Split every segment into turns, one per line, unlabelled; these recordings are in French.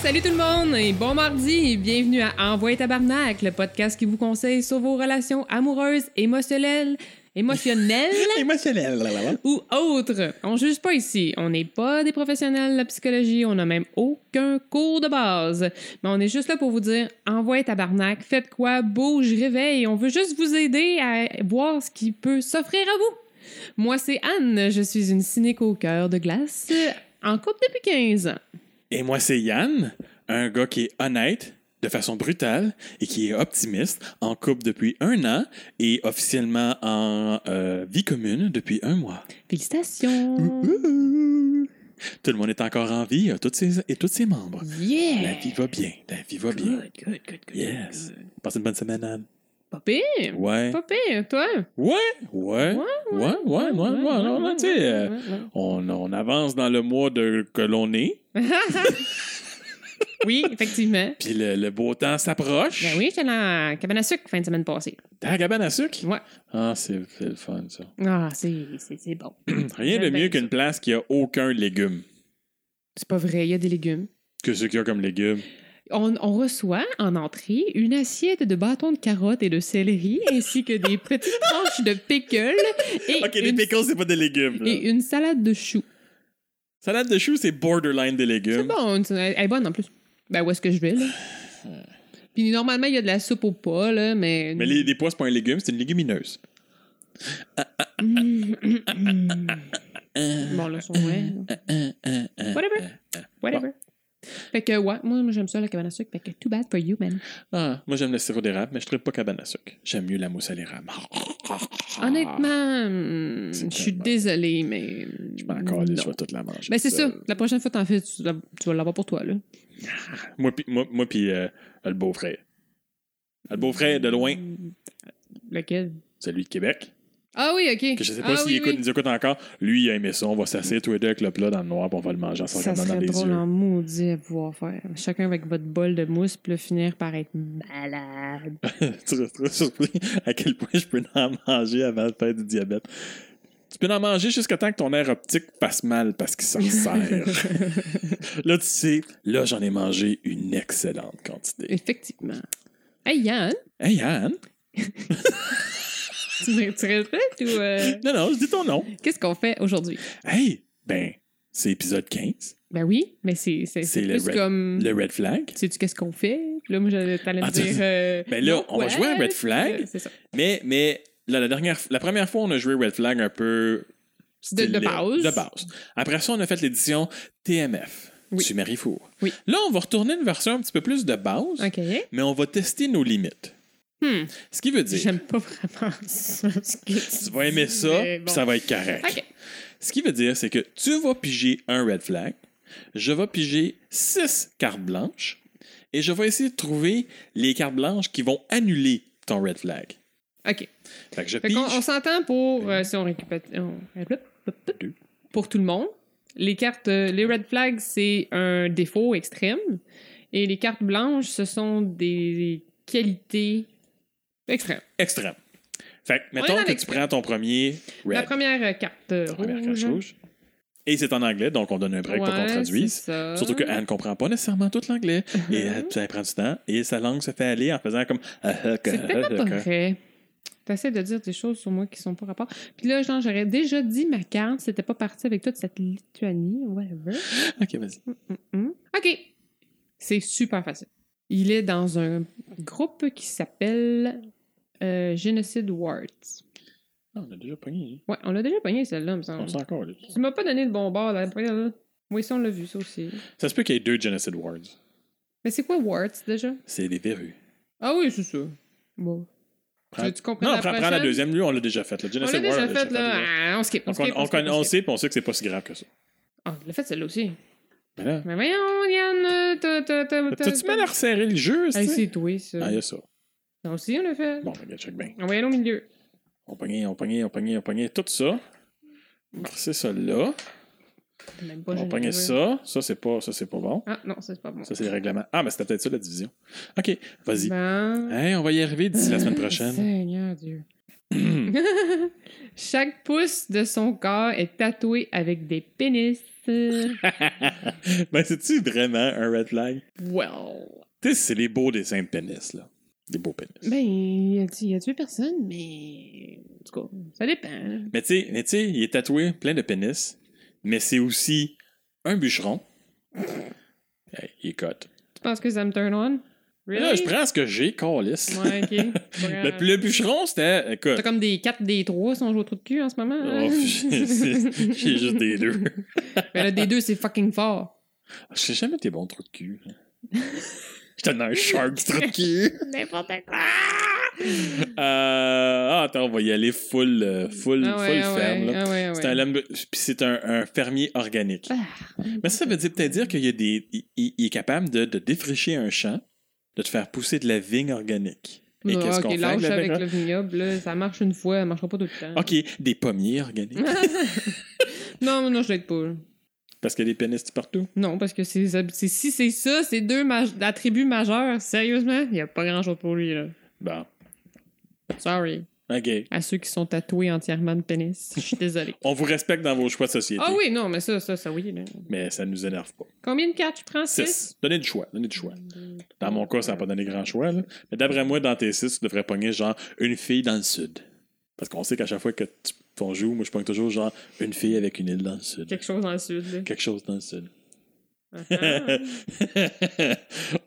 salut tout le monde et bon mardi et bienvenue à Envoyer Tabarnak, le podcast qui vous conseille sur vos relations amoureuses, émotionnelles, émotionnelles
Émotionnel. là, là, là.
ou autres. On juge pas ici, on n'est pas des professionnels de la psychologie, on n'a même aucun cours de base. Mais on est juste là pour vous dire Envoyez Tabarnak, faites quoi, bouge, réveille, on veut juste vous aider à voir ce qui peut s'offrir à vous. Moi c'est Anne, je suis une cynique au cœur de glace euh, en couple depuis 15 ans.
Et moi, c'est Yann, un gars qui est honnête de façon brutale et qui est optimiste, en couple depuis un an et officiellement en euh, vie commune depuis un mois.
Félicitations!
Ouh. Tout le monde est encore en vie, euh, toutes ses- et tous ses membres.
Yeah!
La vie va bien, la vie va bien.
Good, good, good, good.
Yes.
good.
Passez une bonne semaine, Anne.
Pas pire.
Ouais.
Pas pire, toi.
Ouais, ouais, ouais, ouais, ouais, ouais, non, non, tu sais, euh,
ouais.
on, on avance dans le mois de, que l'on est,
Oui, effectivement.
puis le, le beau temps s'approche.
Ben oui, j'étais dans la cabane à sucre fin de semaine passée.
T'as la cabane à sucre?
Ouais.
Ah, c'est c'est le fun, ça.
Ah, c'est- c'est c'est bon.
Rien de
J'aime bien
mieux qu'une place qui a aucun légume.
C'est pas vrai, il y a des légumes.
Que ce qu'il y a comme légumes.
On, on reçoit en entrée une assiette de bâtons de carottes et de céleri, ainsi que des petites tranches de pickles et,
Ok, les
une,
pickles, c'est pas des légumes. là.
et une salade de choux.
Salade de choux, c'est borderline des
C'est
légumes.
bon, c'est- elle est bonne en plus. Ben, où est-ce que je vais, là? Puis normalement, il y a de la soupe au pas, là, mais...
Mais les, les pois, c'est pas un légume, c'est une légumineuse.
Mm, mm, mm.
Euh,
bon, là, sont ouais. Whatever. Whatever. Fait que, ouais, moi, moi, j'aime ça, la cabane à sucre. Fait que, too bad for you, man.
Ah, moi, j'aime le sirop d'érable, mais je trouve pas cabane à sucre. J'aime mieux la mousse à l'érable.
Honnêtement, mm,
Ah. C'est
je suis
tellement-
désolée, mais.
Je m'en calisse,
non.
je vais toute la manger.
Ben, c'est ça.
seule.
La prochaine fois, t'en fais, tu, la- tu vas l'avoir pour toi, là.
Moi, puis moi, moi, puis, euh, le beau-frère. Le beau-frère de loin,
Mm. Lequel?
celui de Québec.
Ah oui, ok.
Que je sais
Ah
pas s'il
oui,
écoute,
oui.
il nous écoute encore. Lui, il a aimé ça. On va s'asseoir tous les deux avec le plat dans le noir, puis on va le manger en se
Ça
regardant dans
serait
les
drôle
yeux.
en maudit à pouvoir faire. Chacun avec votre bol de mousse, puis là, finir par être malade.
tu serais trop surpris à quel point je peux en manger avant de faire du diabète. Tu peux en manger jusqu'à temps que ton air optique fasse mal parce qu'il s'en sert. là, tu sais, là, j'en ai mangé une excellente quantité.
Effectivement. Hey, Yann,
Hey, Anne!
tu, me- tu répètes ou. euh,
Non, non, je dis ton nom.
Qu'est-ce qu'on fait aujourd'hui?
Hey! Ben, c'est épisode 15,
Ben oui, mais c'est c'est- c'est
C'est le
plus
red-
comme.
le red flag.
Sais-tu qu'est-ce qu'on fait? Puis Là, moi, j'allais t'allais
Ah,
me
tu-
dire. euh,
Ben là,
non,
on va
ouais,
jouer à Red Flag.
euh, C'est ça.
Mais, mais là, la, dernière, la première fois, on a joué Red Flag un peu.
De- de
style-
base.
De base. Après ça, on a fait l'édition TMF.
Oui.
Sur Marie Four.
Oui.
Là, on va retourner une version un petit peu plus de base,
OK.
mais on va tester nos limites.
Hmm.
Ce qui veut dire.
J'aime pas vraiment ça. ce que tu
Tu vas aimer
dis,
ça,
mais bon.
puis ça va être correct.
OK.
Ce qui veut dire, c'est que tu vas piger un red flag, je vais piger six cartes blanches, et je vais essayer de trouver les cartes blanches qui vont annuler ton red flag.
OK.
Fait que je
Fait
pige.
qu'on on s'entend pour, euh, si on récupère... on- Pour tout le monde. Les cartes... euh, Les red flags, c'est un défaut extrême. Et les cartes blanches, ce sont des qualités extrêmes.
extrême. Fait que,
est dans
mettons que tu
l'extrême.
prends ton premier red.
La première euh, carte euh,
La première
rouge...
carte rouge. Et c'est en anglais, donc on donne un break pour qu'on
Ouais,
traduise.
c'est ça. Uh-huh.
Surtout que Anne comprend pas nécessairement tout l'anglais. et elle- ça prend du temps. Et sa langue se fait aller en faisant comme. ah, euh,
C'est tellement pas vrai. T'essaies de dire des choses sur moi qui sont pas rapport. Puis là, genre, j'aurais déjà dit ma carte, c'était pas parti avec toute cette Lituanie, whatever.
Ok, vas-y.
Mm. OK. C'est super facile. Il est dans un groupe qui s'appelle euh, Genocide Wards.
Non, on a déjà pogné.
Ouais, on l'a déjà pogné celle-là, me
On
semble.
sent encore. là.
Tu m'as pas donné le bon bord, là. Regarde, là. Oui, ça, on l'a vu, ça aussi.
Ça se peut qu'il y ait deux Genocide Wards.
Mais c'est quoi Wards déjà?
C'est des verrues.
Ah oui, c'est ça. Bon.
Prends-
Tu veux-tu qu'on prenne
Non,
la
prends, prends la
prochaine?
deuxième. Lui, on l'a déjà faite. Le
On
Genocide
l'a
Ward,
déjà
on l'a
faite, là.
déjà
Ah, on skip. On
Donc,
skip,
on, on
skip,
conna- on
skip.
sait, puis on sait que c'est pas si grave que ça.
Ah, on l'a faite celle-là aussi.
Mais là,
Mais voyons, Yann, t'as- t'as- t'as- t'as-
t'as-tu mal à resserrer le jeu?
Hey,
c'ti?
c'est toi, ça.
Ah, il y a ça.
Non, aussi, on l'a fait.
Bon, regarde, check bien.
On va y aller au milieu.
On pognait, on pognait, on pognait, on pognait tout ça. C'est ça là.
T'es même pas
On
généreux.
pognait ça. Ça, c'est pas, ça, c'est pas bon.
Ah, non, ça, c'est pas bon.
Ça, c'est les règlements. Ah, mais c'était peut-être ça la division. OK, vas-y.
Ben...
Hey, on va y arriver d'ici la semaine prochaine.
Seigneur Dieu. Chaque pouce de son corps est tatoué avec des pénis. euh,
ben, c'est-tu vraiment un red flag?
well.
Tu sais, c'est les beaux dessins de pénis, là. Des beaux pénis.
Ben, il a, tu- il a tué personne, mais. En tout cas, ça dépend. là.
Mais tu sais, mais tu sais, il est tatoué plein de pénis, mais c'est aussi un bûcheron. Hey, il cote.
Tu penses que ça me turn on? Really?
Là, je prends ce que j'ai, câlisse.
Ouais, ok. C'est pas
Le,
grave.
le bûcheron, c'était.
T'as
Écoute.
comme des 4, des 3 si on joue au trou de cul en ce moment. hein?
euh, Oh, j'ai j'ai juste des deux.
Mais le des 2, c'est fucking fort.
J'ai jamais été bon trou de cul. hein. J'étais dans un shark du trou de cul.
N'importe quoi.
Euh, ah, attends, on va y aller full, euh, full,
Ah ouais,
full
ah
ferme.
ouais,
là.
ah ouais, ah
C'est
ouais.
un lambe- puis c'est un, un fermier organique.
Ah.
Mais ça, ça veut dire peut-être dire qu'il y a des, il, il- il est capable de, de défricher un champ, de te faire pousser de la vigne organique. Et
Ah,
qu'est-ce
ok,
qu'on fait
lâche
avec la
avec
vigne-
le vignoble, là, ça marche une fois, ça marchera pas tout le temps.
Ok, des pommiers organiques.
Ah. Non, non, non, je l'aide pas. là.
parce qu'il y a des pénis partout.
Non, parce que c'est, c'est- si c'est ça, ces deux ma- attributs majeurs, sérieusement, il y a pas grand-chose pour lui, là.
Bon.
Sorry.
Ok.
À ceux qui sont tatoués entièrement de pénis, je suis désolée.
On vous respecte dans vos choix de société.
Ah oui, non, mais ça, ça, ça, oui. là.
Mais ça nous énerve pas.
Combien de cartes je prends?
Six.
Six?
Donnez du choix. Donnez du choix. Dans mon cas, ça n'a pas donné grand choix. là. Mais d'après moi, dans tes six, tu devrais pogner genre une fille dans le sud. Parce qu'on sait qu'à chaque fois que tu t'en joues, moi je pogne toujours genre une fille avec une île dans le sud.
Euh, Quelque chose dans le sud, là.
Quelque chose dans le sud.
Ah,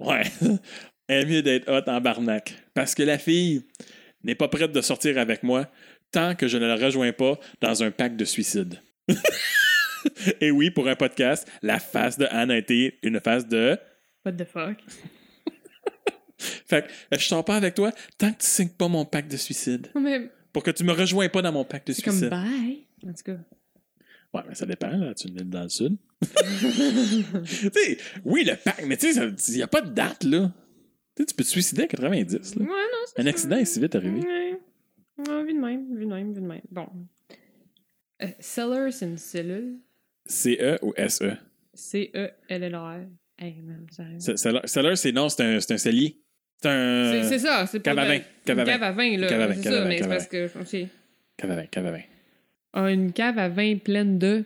ouais. Elle est mieux d'être hot en barnac. Parce que la fille n'est pas prête de sortir avec moi tant que je ne la rejoins pas dans un pack de suicide. Et oui, pour un podcast, la phase de Anne a été une phase de.
What the fuck?
Fait que je sors pas avec toi tant que tu signes pas mon pack de suicide.
Non, mais
Pour que tu me rejoins pas dans mon pack de
c'est comme
suicide.
bye. En tout cas.
Ouais, mais ça dépend, là. Tu es dans le sud. tu sais, oui, le pack, mais tu sais, il n'y a pas de date, là. Tu sais, tu peux te suicider à 90, là.
Ouais, non, c'est
Un
ça.
accident est si vite arrivé.
Ouais. Ouais, vu de même, vu de même, vu de même. Bon. Euh, Seller, c'est une cellule.
CE ou SE?
E C-E-L-L-R. Hey, man, sérieux.
C'est- c'est leur- Seller, c'est non, c'est un, c'est un cellier.
C'est
C'est un.
c'est ça, c'est pas.
Cave à vin.
de-
Cave à
Une cave
vin.
à vin, là.
Cave à vin,
C'est
cave à
ça,
vin,
mais c'est
cave à
parce que. ok.
Cave à vin, cave à vin.
Ah, une cave à vin pleine de.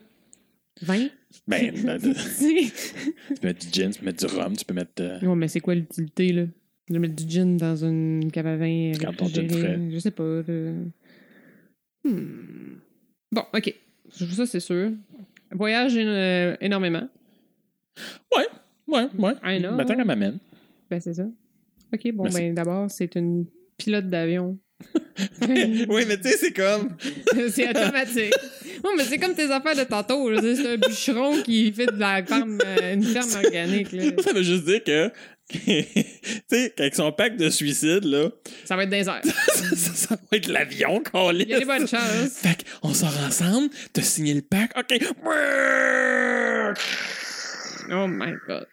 Vin?
Ben, ben, tu
Si.
peux mettre du gin, tu peux mettre du rhum, tu peux mettre. euh,
Non, mais c'est quoi l'utilité, là? De mettre du gin dans une cave à vin.
Quand ton gin
réfrigérée,
frais.
Je sais pas. là. Hmm. Bon, OK. Ça, c'est sûr. Voyage euh, énormément.
Ouais, ouais.
I know.
Maintenant qu'elle m'amène.
Ben, c'est ça. OK, bon,
Ben, c'est-
ben, d'abord, c'est une pilote d'avion.
oui, mais tu sais, c'est comme.
c'est automatique. Non, mais c'est comme tes affaires de tantôt. là. C'est un bûcheron qui fait de la ferme, euh, une ferme organique. là.
Ça veut juste dire que. tu sais, avec son pack de suicide, là,
Ça va être des airs.
ça, ça- ça va être l'avion qu'on
Il y a des bonnes chances.
Fait qu'on sort ensemble, t'as signé le pack, ok.
Oh my God.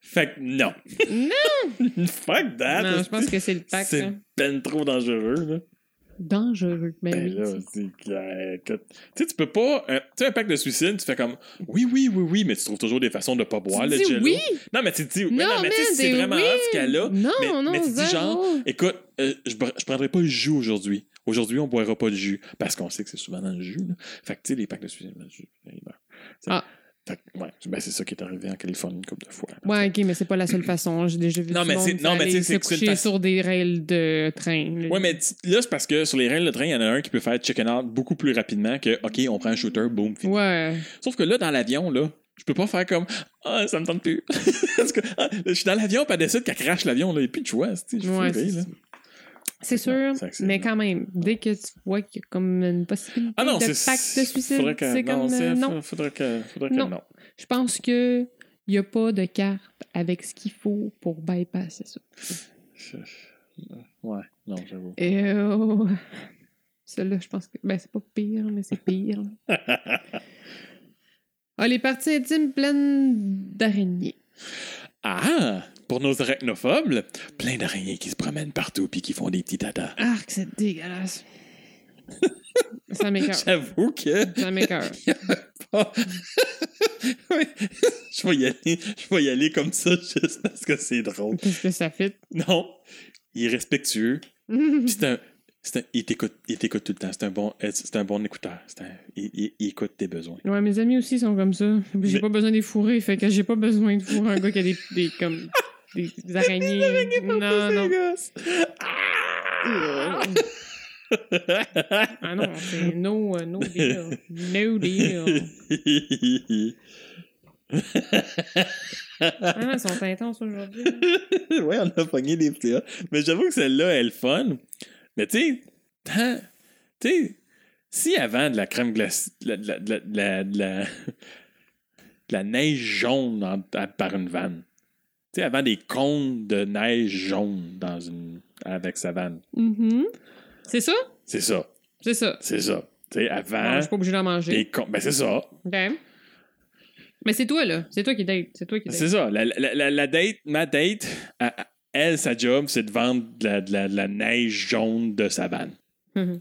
Fait que non.
Non,
Fuck that.
non, je pense que c'est le hein. pack.
c'est
là.
ben trop dangereux. Là.
Dangereux. Ben,
Ben
oui.
là, c'est clair. que- Tu sais, tu peux pas. un- Tu sais, un pack de suicide, tu fais comme oui, oui, oui, oui, mais tu trouves toujours des façons de pas boire
Tu
le
dis
jello.
oui?
Non, mais tu dis oui, non, mais tu sais,
man,
si c'est
des
vraiment
oui.
hot ce cas-là.
Non,
mais-
non,
mais tu dis
zéro.
genre, Écoute, euh, je, br- je prendrai pas le jus aujourd'hui. Aujourd'hui, on boira pas de jus. Parce qu'on sait que c'est souvent dans le jus. là. Fait que, tu sais, les packs de suicide, le jus, il meurt. Tu sais.
Ah.
Fait que, ouais, ben, c'est ça qui est arrivé en Californie une couple de fois.
Ouais, ok, mais c'est pas la seule façon. J'ai déjà vu
Non,
du
mais
monde
c'est- non, mais
aller
tu sais, c'est
se
que c'est une
coucher
façon-
sur des rails de train. là.
Ouais, mais t- là, c'est parce que sur les rails de train, il y en a un qui peut faire chicken out beaucoup plus rapidement que OK, on prend un shooter, boom, fini.
Ouais.
Sauf que là, dans l'avion, là, je peux pas faire comme Ah, ça me tente plus. Parce que, ah, je suis dans l'avion, pas elle décide qu'elle crache l'avion, là, et puis tu vois, je suis
Ouais,
fourré,
c'est
là.
ça. C'est
clair,
sûr,
c'est accessible.
mais quand même, dès que tu vois qu'il y a comme une possibilité
Ah non,
de
c'est
pacte de suicide,
faudrait que-
c'est
non,
comme
c'est-
euh, non.
fa- Faudrait que, faudrait que
Non.
non.
Je pense que il y a pas de carte avec ce qu'il faut pour bypasser ça.
Je- je- Ouais, non, j'avoue.
Et oh, celle-là, je pense que ben c'est pas pire, mais c'est pire. ah, les parties intimes pleines d'araignées.
Ah! Pour nos arachnophobes, plein d'araignées qui se promènent partout puis qui font des petits tatas.
Ah, que c'est dégueulasse. ça m'écoeure.
J'avoue que.
Ça m'écoeure.
Ah. Oui. je vais y aller, je vais y aller comme ça juste parce que c'est drôle.
Qu'est-ce que ça fait?
Non, il est respectueux. puis c'est un, c'est un- il t'écoute il t'écoute tout le temps. C'est un bon, euh, c'est un bon écouteur. C'est un- il, il- il écoute tes besoins.
Ouais, mes amis aussi sont comme ça. J'ai
Mais-
pas besoin des fourrés, fait que j'ai pas besoin de fourrer un gars qui a des, des, comme, des, araignées. non, non. Ah non, c'est no, euh, no deal. No deal. Ah non, ils sont intenses aujourd'hui.
ouais, on a pogné des PA. Mais j'avoue que celle-là, elle est fun. Mais tu sais, hein, tu sais, si avant de la crème glacée, de la, de la- de la- de la- de la- de la neige jaune en- à- par une vanne, tu sais, avant des cônes de neige jaune dans une, avec sa vanne,
Mhm. C'est ça?
c'est ça,
C'est ça.
c'est ça. Tu sais,
Bon,
avant,
je suis pas obligé d'en manger.
des cônes, ben c'est ça,
OK. Mais c'est toi, là. C'est toi qui date. C'est toi qui date.
C'est ça. La, la- la- la date, ma date, à- à- elle, sa job, c'est de vendre de la, de la- de la neige jaune de savane.
Mhm.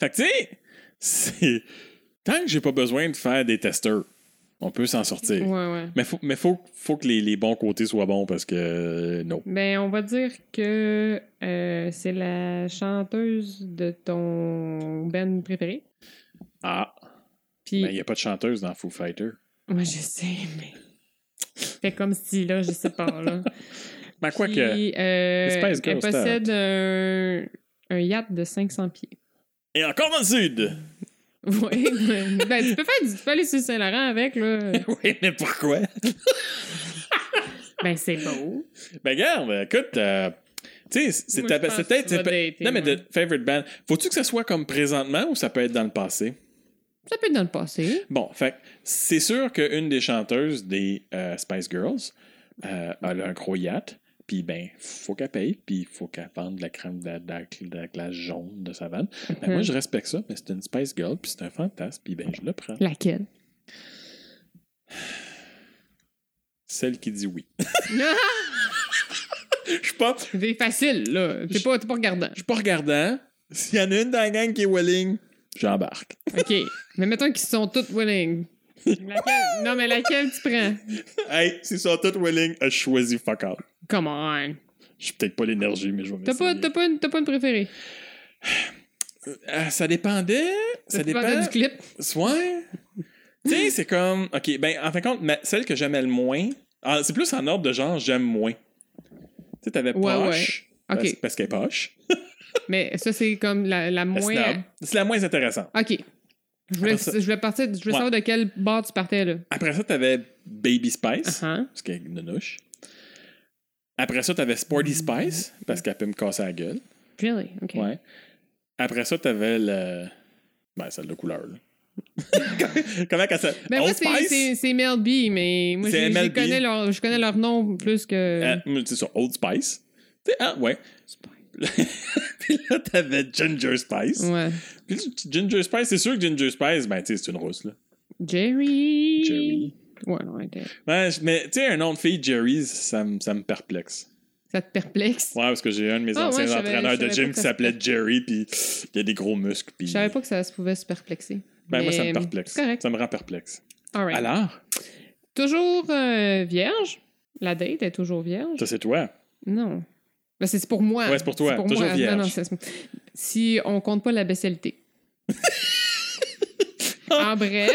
Fait que, tu sais, c'est- tant que j'ai pas besoin de faire des testeurs, on peut s'en sortir.
Ouais, ouais.
Mais faut, mais faut, faut que les, les bons côtés soient bons parce que euh, non.
Ben, on va dire que euh, c'est la chanteuse de ton band préféré.
Ah,
Puis,
mais il n'y a pas de chanteuse dans Foo Fighter.
moi, je sais, mais. Fait comme si, là, je sais pas, là.
Mais Ben, quoi que. euh,
Puis, euh,
Spice Girls,
elle possède un, un yacht de 500 pieds.
Et encore dans le sud!
Oui. ben, tu peux, faire, du- tu peux aller sur Saint-Laurent avec, là.
oui, mais pourquoi?
Ben, c'est beau.
Ben, regarde, écoute, euh, tu sais, c'est
Moi,
ta-
je pense
c'est
que
peut-être.
tu vas
c'est pe-
dater,
Non, mais
ouais.
de favorite band. Faut-tu que ça soit comme présentement ou ça peut être dans le passé?
Ça peut être dans le passé.
Bon, fait que c'est sûr qu'une des chanteuses des euh, Spice Girls, euh, elle a un gros yacht, puis ben, faut qu'elle paye, puis faut qu'elle vende de la crème de la, de la- de la glace jaune de savane. Ben,
Mhm.
moi, je respecte ça, mais c'est une Spice Girl, puis c'est un fantasme, puis ben, je le prends.
Laquelle?
Celle qui dit oui. Je suis pas,
c'est facile, là. T'es pas, t'es pas regardant.
je suis pas regardant. S'il y en a une dans la gang qui est willing, j'embarque.
OK. Mais mettons qu'ils sont toutes willing. Laquelle- Non, mais laquelle tu prends?
Hey, s'ils sont tous willing, je choisis fuck out.
Come on.
J'ai peut-être pas l'énergie, mais je vais
T'as pas,
m'essayer.
t'as pas, une- t'as pas une préférée.
Euh, ça dépendait. Ça
Tu
dépend.
parlais du clip.
Ouais. tu sais, c'est comme. Ok, ben, en fin de compte, ma- celle que j'aimais le moins. ah, c'est plus en ordre de genre, j'aime moins. Tu sais, t'avais
Ouais,
poche.
ouais. Ok.
Parce, parce qu'elle est poche.
Mais ça, c'est comme la, la
Elle
moins. euh,
snob. C'est la moins intéressante.
OK. Je voulais,
Après ça-
je voulais partir, je voulais
Ouais.
savoir de quel bord tu partais, là.
Après ça, t'avais Baby Spice.
Uh-huh.
Parce qu'elle est nanouche. Après ça, t'avais Sporty Spice. Parce qu'elle peut me casser la gueule.
Really? OK.
Ouais. Après ça, t'avais le. Ben, celle de couleur, là. Comment qu'elle s'appelle?
Ben moi,
Old
c'est-
Spice?
c'est c'est MLB, mais moi,
C'est
j'ai- j'ai
MLB.
connais leur- je connais leur nom plus que...
Euh, moi, c'est ça, Old Spice. Tu sais, ah, ouais. Puis là, t'avais Ginger Spice.
Ouais.
Puis là, Ginger Spice, c'est sûr que Ginger Spice, ben, tu sais, c'est une rousse, là.
Jerry...
Jerry.
Ouais, non, ok.
Ouais, je- mais, tu sais, un nom de fille, Jerry, ça me ça me perplexe.
Ça te perplexe?
Ouais, parce que j'ai un de mes
Ah, ouais,
anciens
je savais-
entraîneurs
je
de
savais
gym
pas
qui
que ça-
s'appelait Jerry, puis il a des gros muscles, puis.
Je savais pas que ça se pouvait se perplexer.
Ben, moi, ça me
Mais,
perplexe.
c'est correct.
Ça me rend perplexe.
All right.
Alors,
Toujours euh, vierge. La date est toujours vierge.
ça, c'est toi.
Non. Ben, c'est c'est pour moi.
Ouais, c'est pour toi. Toujours
moi.
vierge.
Non, non, c'est- si on compte pas la bestialité. en bref,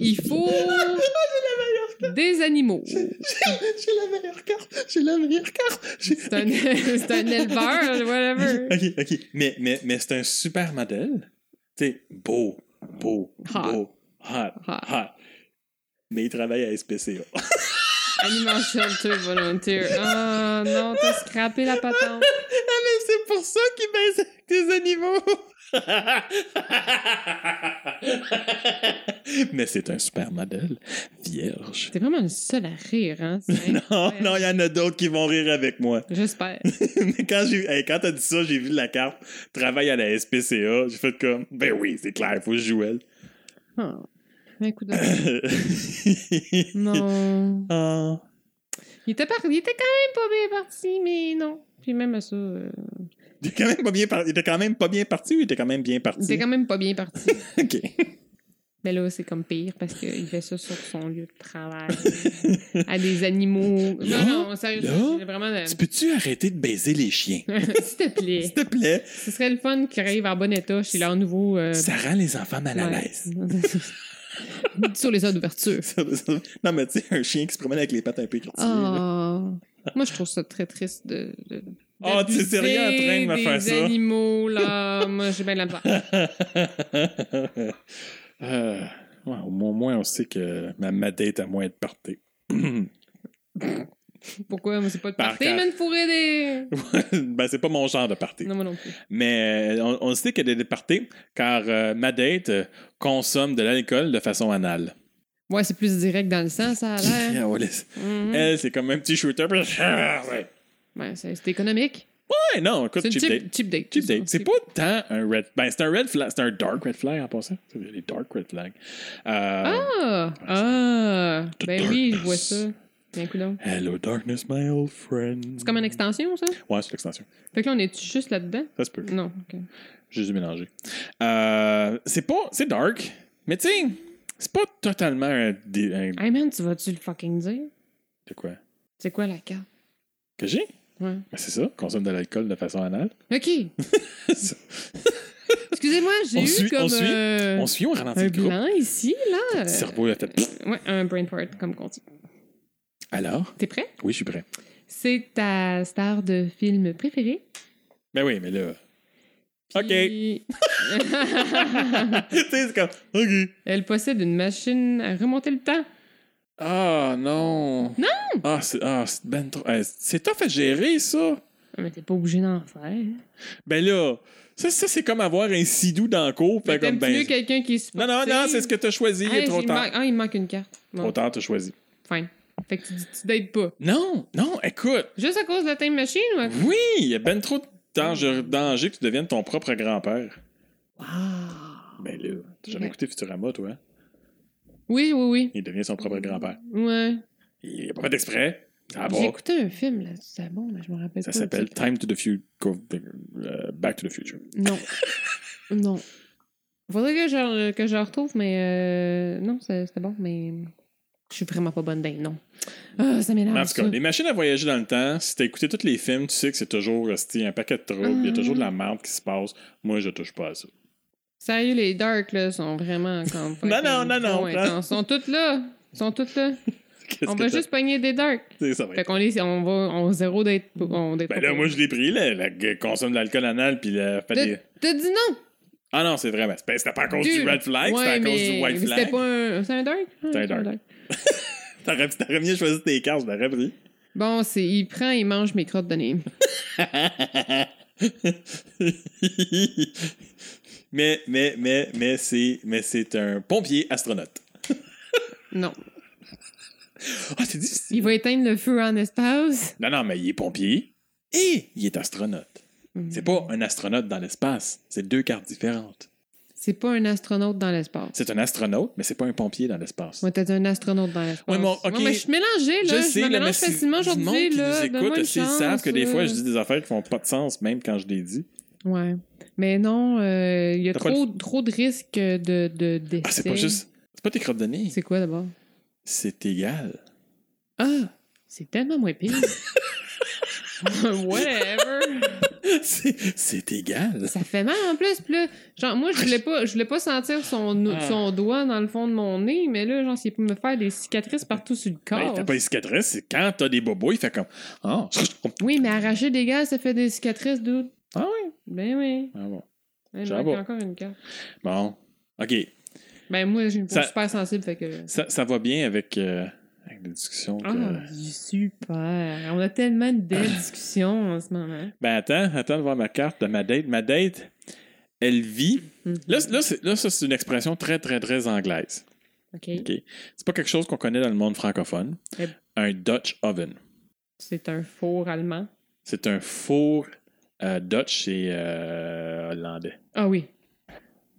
il faut
Ah,
des animaux.
J'ai la meilleure carte. J'ai la meilleure carte.
C'est un, c'est un éleveur, whatever.
Ok, ok. Mais, mais, mais c'est un super modèle. Tu sais, beau, beau,
Hot.
beau, hot,
Ah,
hot. Mais il travaille à SPCA.
Animal shelter volunteer. Ah non, t'as scrappé la patente.
Ah, mais c'est pour ça qu'il baisse avec des animaux. mais c'est un super modèle vierge.
T'es vraiment le seul à rire, hein? c'est-
Non, non, il y en a d'autres qui vont rire avec moi.
J'espère.
Mais quand, j'ai- hey, quand t'as dit ça, j'ai vu la carte travaille à la SPCA. J'ai fait comme, ben oui, c'est clair, faut que je joue elle.
Ah. Un coup de... Non.
Ah.
Il était, par- il était quand même pas bien parti, mais non. Puis même à ça, euh,
Il était quand même pas bien, par- il était quand même pas bien parti ou il était quand même bien
il était
parti?
quand même pas bien parti.
OK.
Mais Ben là, c'est comme pire parce qu'il fait ça sur son lieu de travail. à des animaux.
Là,
non, non, sérieux,
là,
j'ai vraiment. de-
Tu peux-tu arrêter de baiser les chiens?
S'il te plaît.
S'il te plaît,
Ce serait le fun qu'ils arrivent en bon état chez leur nouveau. euh,
ça rend les enfants mal à
ouais.
l'aise.
Sur les heures d'ouverture.
non, mais tu sais, un chien qui se promène avec les pattes un peu écartées. là.
Ah. Moi, je trouve ça très triste de. de
Ah, tu es sérieux en train de me
d'abuser
faire
des
ça?
animaux, là. Moi, j'ai bien de la misère.
Euh, ouais, au moins- au moins, on sait que ma, ma date à moi est de partir.
Pourquoi? Moi, c'est pas de
Par
party,
contre-
mais de fourrer des.
ben, c'est pas mon genre de party.
Non, moi non plus.
Mais euh, on, on sait qu'elle est départée car euh, ma date euh, consomme de l'alcool de façon anale.
Ouais, c'est plus direct dans le sang, ça a l'air.
Ah, ouais, laisse-
Mhm.
Elle, c'est comme un petit shooter. puis- Ouais,
Ouais, c'est c'est économique.
non, écoute,
C'est une
cheap date.
cheap, cheap date.
Cheap date. C'est pas tant un red. Ben, c'est un red flag. C'est un dark red flag en passant. Il y a des dark red flags. Euh,
Ah! Ah! Ben oui, je vois ça. Bien, coudonc.
Hello, darkness, my old friend.
C'est comme une extension, ça?
Ouais, c'est l'extension.
Fait que là, on est juste là-dedans?
Ça se peut.
Non, OK.
J'ai dû mélanger. Euh, c'est pas. C'est dark, mais tu sais, c'est pas totalement un. dé- un-
Hey man, tu vas-tu le fucking dire?
De quoi
C'est quoi la carte?
Que j'ai
Ouais.
Ben, c'est ça, consomme de l'alcool de façon anale.
OK. Euh, Excusez-moi, j'ai
On
eu
suit,
comme
on suit,
euh,
On suit, on ralentit
un euh,
le groupe.
blanc ici, là.
Le cerveau, il a fait. pfff.
Ouais, un brain fart, comme on dit.
Alors
T'es prêt?
Oui, je suis prêt.
C'est ta star de film préférée.
Ben oui, mais là. OK.
Puis-
tu sais, c'est comme. OK.
Elle possède une machine à remonter le temps.
Ah non! Non! Ah, c'est ah, c'est ben trop. eh, c'est tough à gérer, ça!
Ah, Mais t'es pas obligé d'en faire. hein.
Ben là, ça, ça c'est comme avoir un sidou dans le cours.
Mais
Fait comme,
T'aimes-tu
ben,
mieux quelqu'un qui est
non, non, non, c'est ce que t'as choisi, il est trop tard.
Ah, il me manque une carte. Bon,
Trop tard, t'as choisi.
fine. Fait que tu, dis- tu dates pas.
Non, non, écoute,
Juste à cause de la time machine ou à-
oui, il y a ben trop de danger, danger que tu deviennes ton propre grand-père.
Wow.
Ben là, t'as jamais
Ouais.
écouté Futurama, toi? hein?
Oui, oui, oui.
Il devient son propre grand-père.
Ouais.
Il n'y a pas d'exprès. Ah
J'ai
bon?
écouté un film, là. C'est bon, mais je me rappelle
Ça
pas. le
s'appelle
titre.
Time to the Future. Back to the Future.
Non. non. Faudrait que je, le- que je le retrouve, mais euh, non, c'est- c'était bon, mais je suis vraiment pas bonne dingue, non. Ah, ça m'énerve.
Mais en tout cas,
ça.
les machines à voyager dans le temps, si t'as écouté tous les films, tu sais que c'est toujours resté un paquet de troubles, il y a toujours de la merde qui se passe. Moi, je touche pas à ça.
Sérieux, les dark, là, sont vraiment comme.
Non, non, non, non,
Ils
prends-
sont toutes là. Ils sont toutes là.
Qu'est-ce
On
que
va
t'as-
juste pogner des dark.
Tu sais, ça va
Fait
être-
qu'on les, on va, on zéro d'être, on d'être
Ben
pas
là,
pour-
moi, je l'ai pris, là. La la- consomme de l'alcool anal, puis la fait
T'as
des-
t'as dit non.
Ah non, c'est vrai, mais c'est ben, c'était pas à cause du
Dude.
red flag, c'était
Ouais,
à cause du
mais-
white
mais C'était
flag.
pas un, c'est un dark. Ouais,
un dark. T'aurais t'aurais mieux choisi tes cartes, je l'aurais pris.
Bon, c'est, il prend, il mange mes crottes de nez.
mais, mais, mais, mais, c'est, mais c'est un pompier astronaute.
Non.
Ah, c'est difficile.
Il va éteindre le feu en espace.
Non, non, mais il est pompier et il est astronaute. C'est pas un astronaute dans l'espace, c'est deux cartes différentes.
C'est pas un astronaute dans l'espace.
C'est un astronaute, mais c'est pas un pompier dans l'espace.
Moi, t'es un astronaute dans l'espace.
Ouais, mais ok.
mais je suis mélangée, là. Je, me
là,
mélange
mais si-
facilement
du monde
aujourd'hui,
qui
là.
nous
Donne-moi
écoute,
une
aussi, ils
chance,
savent que des
là.
fois, je dis des affaires qui font pas de sens, même quand je les dis.
Ouais. Mais non, euh, il y a
T'as pas
trop, trop de risques de, de décès.
Ah, c'est pas juste. C'est pas tes crottes de nez.
C'est quoi d'abord?
C'est égal.
Ah! C'est tellement moins pire. Whatever.
C'est c'est égal.
Ça fait mal en plus. Puis là, genre, moi, je voulais pas, je voulais pas sentir son,
Ah.
son doigt dans le fond de mon nez, mais là, genre, s'il peut me faire des cicatrices partout sur le
Ben,
corps.
t'as pas les cicatrices, c'est quand t'as des bobos, il fait comme. Ah,
Oui, mais arracher des gaz, ça fait des cicatrices, dude.
Ah oui.
Ben oui.
Ah bon.
Ben, il
J'en
manque
vois.
encore une carte.
Bon. OK.
Ben moi, j'ai une peau
Ça-
super sensible, fait que...
Ça, ça va bien avec, euh, avec la discussion. que-
Ah, super! On a tellement de belles discussions en ce moment.
Ben attends, attends de voir ma carte de ma date. Ma date, elle vit.
Mhm.
Là, c- là, c'est- là, ça, c'est une expression très, très, très anglaise.
OK.
OK? C'est pas quelque chose qu'on connaît dans le monde francophone.
Eh.
Un Dutch oven.
C'est un four allemand.
C'est un four euh, Dutch et euh, hollandais.
Ah oui.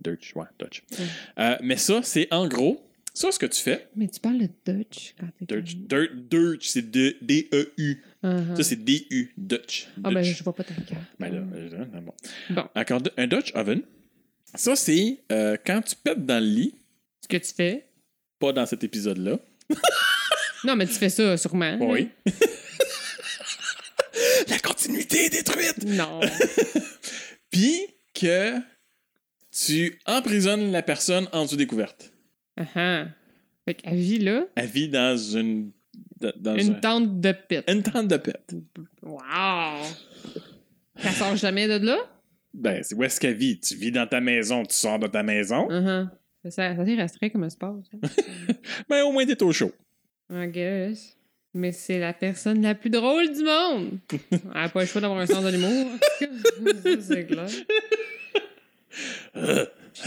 Dutch, ouais, Dutch.
Mm.
Euh, mais ça, c'est en gros, ça, ce que tu fais,
Mais tu parles de Dutch quand t'es...
Dutch, Dutch, Dutch c'est de- D-E-U.
Ah, ah.
Ça, c'est D-U, Dutch.
Ah ben,
Dutch.
je vois pas ta carte.
Ben là, euh, non, bon.
Bon.
Encore de- un Dutch oven. Ça, c'est euh, quand tu pètes dans le lit,
Ce que tu fais.
Pas dans cet épisode-là.
Non, mais tu fais ça sûrement.
Ben Oui. La continuité est détruite.
Non.
Puis que tu emprisonnes la personne en dessous découverte.
Ah ah. Fait qu'à vie, là,
Elle vit dans une. dans- dans
une
un-
tente de pète.
une tente de pète.
Wow! Ça sort jamais de là?
Ben, c'est où est-ce qu'elle vit? Tu vis dans ta maison, tu sors de ta maison.
Ah ah. Ça, ça, ça s'est restreint comme espace. hein.
Ben, au moins, t'es au chaud.
I guess. Mais c'est la personne la plus drôle du monde! Elle n'a pas le choix d'avoir un sens de l'humour. Ça, c'est clair.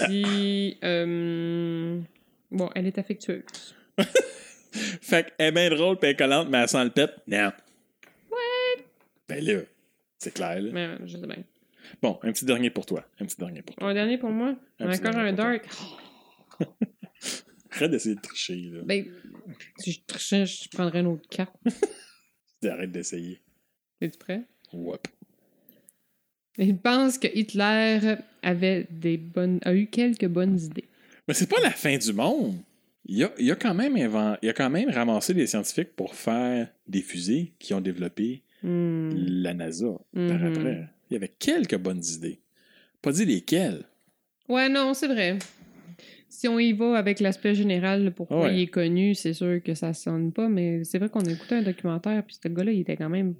Puis, euh, bon, elle est affectueuse.
Fait qu'elle est bien drôle, pis elle est collante, mais elle sent le pète. Non. What? Ben là, c'est clair, là.
Mais, je sais bien.
Bon, un petit dernier pour toi. Un petit dernier pour toi.
Un dernier pour moi.
Un petit
Encore
dernier
un
pour toi.
dark. Oh,
Arrête d'essayer de tricher, là.
Ben, si je trichais, je prendrais une autre carte.
Arrête d'essayer.
Es-tu prêt?
Wop.
Il pense que Hitler avait des bonnes, a eu quelques bonnes idées.
Mais c'est pas la fin du monde. Il a, il a quand même inven- il a quand même ramassé des scientifiques pour faire des fusées qui ont développé
Hmm.
la NASA par
Mhm.
après. Il y avait quelques bonnes idées. Pas dit lesquelles.
Ouais, non, c'est vrai. Si on y va avec l'aspect général, là, pourquoi
Ouais.
il est connu, c'est sûr que ça sonne pas, mais c'est vrai qu'on a écouté un documentaire, puis ce gars-là, il était quand même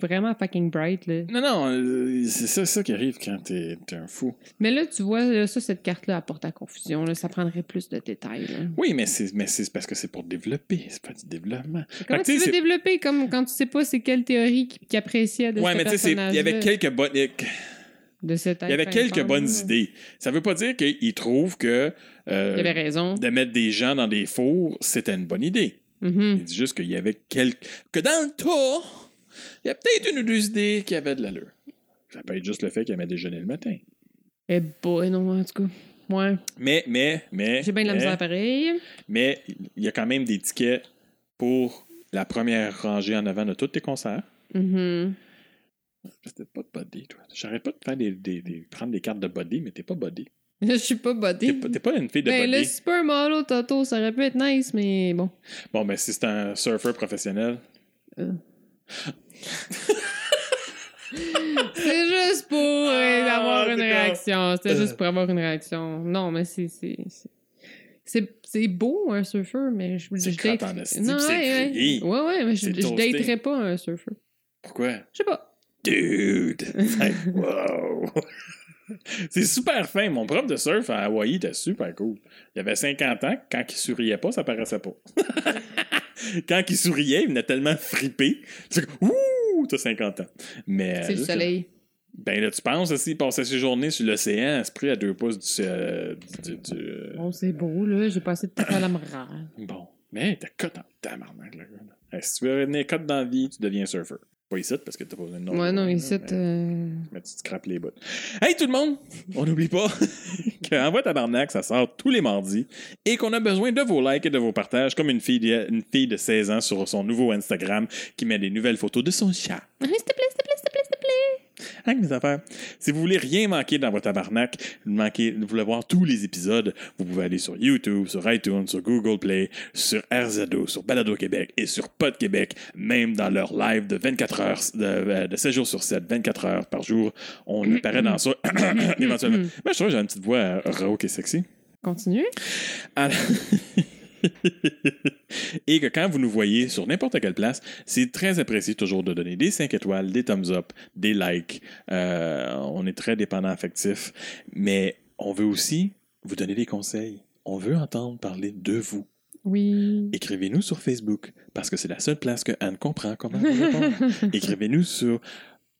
vraiment fucking bright, là.
Non, non, euh, c'est ça, ça qui arrive quand t'es t'es un fou.
Mais là, tu vois, là, ça, cette carte-là apporte à confusion, là. Ça prendrait plus de détails, là.
Oui, mais c'est mais c'est parce que c'est pour développer. C'est pas du développement.
Comment
que,
tu
tu sais,
veux
c'est-
développer comme quand tu sais pas c'est quelle théorie qui, qui appréciait de
ouais,
ce
mais tu sais, c'est- il y avait
personnage-là,
quelques bonnes.
de cette
Il y avait quelques bonnes idées. Ça veut pas dire qu'ils trouvent que euh,
Il avait raison.
de mettre des gens dans des fours, c'était une bonne idée.
Mhm.
Il dit juste qu'il y avait quelques. que dans le tas, il y a peut-être une ou deux idées qui avaient de l'allure. Ça peut être juste le fait qu'il aimait déjeuner le matin.
Eh boy, non, en tout cas. Ouais.
Mais, mais, mais.
J'ai bien de la
mais,
misère pareil.
Mais il y a quand même des tickets pour la première rangée en avant de tous tes concerts.
Mhm.
C'était pas de body, toi. J'arrête pas de faire des, des- des- prendre des cartes de body, mais t'es pas body.
Je suis pas
T'es
botée.
pas, t'es pas une fille de
Ben, le
body.
supermodel, Toto, ça aurait pu être nice, mais bon.
Bon, ben, si c'est un surfeur professionnel,
C'est juste pour euh,
Ah,
avoir
c'est
une
comme-
réaction. C'était
Euh.
juste pour avoir une réaction. Non, mais c'est. c'est- c'est- C'est c'est beau, un surfeur, mais je
C'est
je
crotte
daterais-
en esti,
Non,
puis c'est
ouais, ouais.
crié.
ouais, ouais, mais je,
C'est
je
toasté.
daterais pas un surfeur.
pourquoi?
Je sais pas.
Dude! Like, wow! C'est super fin. Mon prof de surf à Hawaï était super cool. Il avait 50 ans. Quand il souriait pas, ça paraissait pas. quand il souriait, il venait tellement frippé. C'est comme, ouh, t'as 50 ans. Mais,
C'est le
euh,
soleil.
Ben là, tu penses, là, s'il passait ses journées sur l'océan, à se pris à deux pouces du. euh, du- du- du-
Bon, c'est beau, là. J'ai passé de temps à la morale.
Bon. Mais t'as cote en tabarnak, le gars. là. Eh, Si tu veux revenir cote dans la vie, tu deviens surfeur. Pas ici, parce que t'as pas besoin de nom.
Ouais, non, ici,
Mais-
euh,
mais tu te scrapes les bottes. Hey tout le monde, on n'oublie pas que Envoi Tabarnak, ça sort tous les mardis et qu'on a besoin de vos likes et de vos partages comme une fille de, une fille de 16 ans sur son nouveau Instagram qui met des nouvelles photos de son chat.
S'il te plaît, s'il te plaît, s'il te plaît, s'il te plaît.
Hein, mes affaires. Si vous voulez rien manquer dans votre tabarnak, manquer, vous voulez voir tous les épisodes, vous pouvez aller sur YouTube, sur iTunes, sur Google Play, sur RZO, sur Balado Québec et sur Pod Québec, même dans leur live de 24 heures, de, euh, de 7 jours sur 7, 24 heures par jour. On apparaît dans ça éventuellement.
Mm.
Mais je trouve que j'ai une petite voix euh, rauque et sexy.
Continue.
Alors- et que quand vous nous voyez sur n'importe quelle place, c'est très apprécié toujours de donner des 5 étoiles, des thumbs up, des likes. Euh, on est très dépendant affectif, mais on veut aussi vous donner des conseils. On veut entendre parler de vous.
Oui.
Écrivez-nous sur Facebook, parce que c'est la seule place que Anne comprend comment vous répondre. Écrivez-nous sur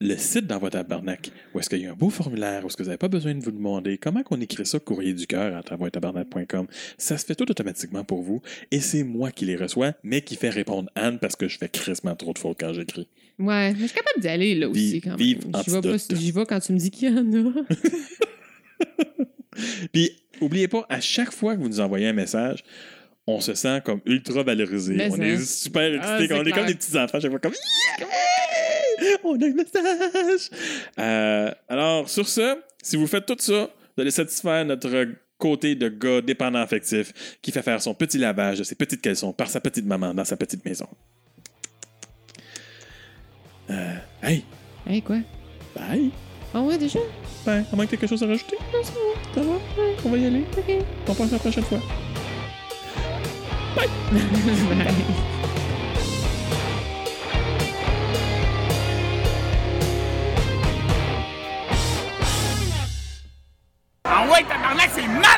le site dans votre tabarnak, où est-ce qu'il y a un beau formulaire, où est-ce que vous n'avez pas besoin de vous demander comment qu'on écrit ça, courrier du cœur, à tabarnak.com. Ça se fait tout automatiquement pour vous, et c'est moi qui les reçois, mais qui fait répondre Anne parce que je fais crissement trop de fautes quand j'écris.
Ouais, mais je suis capable d'y aller là aussi
Vive-
quand même.
vive
J'y vais, pas,
Antidote.
j'y vais quand tu me dis qu'il y en a.
Puis, oubliez pas, à chaque fois que vous nous envoyez un message, on se sent comme ultra valorisé.
Mais
on
ça.
est super
Ah,
excités.
c'est
on est comme
clair.
des petits enfants. Chaque fois, comme Yeah! On a le message! Euh, alors, sur ce, si vous faites tout ça, vous allez satisfaire notre côté de gars dépendant affectif qui fait faire son petit lavage de ses petites caleçons par sa petite maman dans sa petite maison. Euh, hey,
Hey, Eh, quoi?
bye!
Ah ouais, déjà?
Ben, à moins que t'aies quelque chose à rajouter?
Non, c'est bon.
Ça va? On va y aller.
OK.
On pense à la prochaine fois.
Bye.
Ah ouais, tabarnak, c'est mal!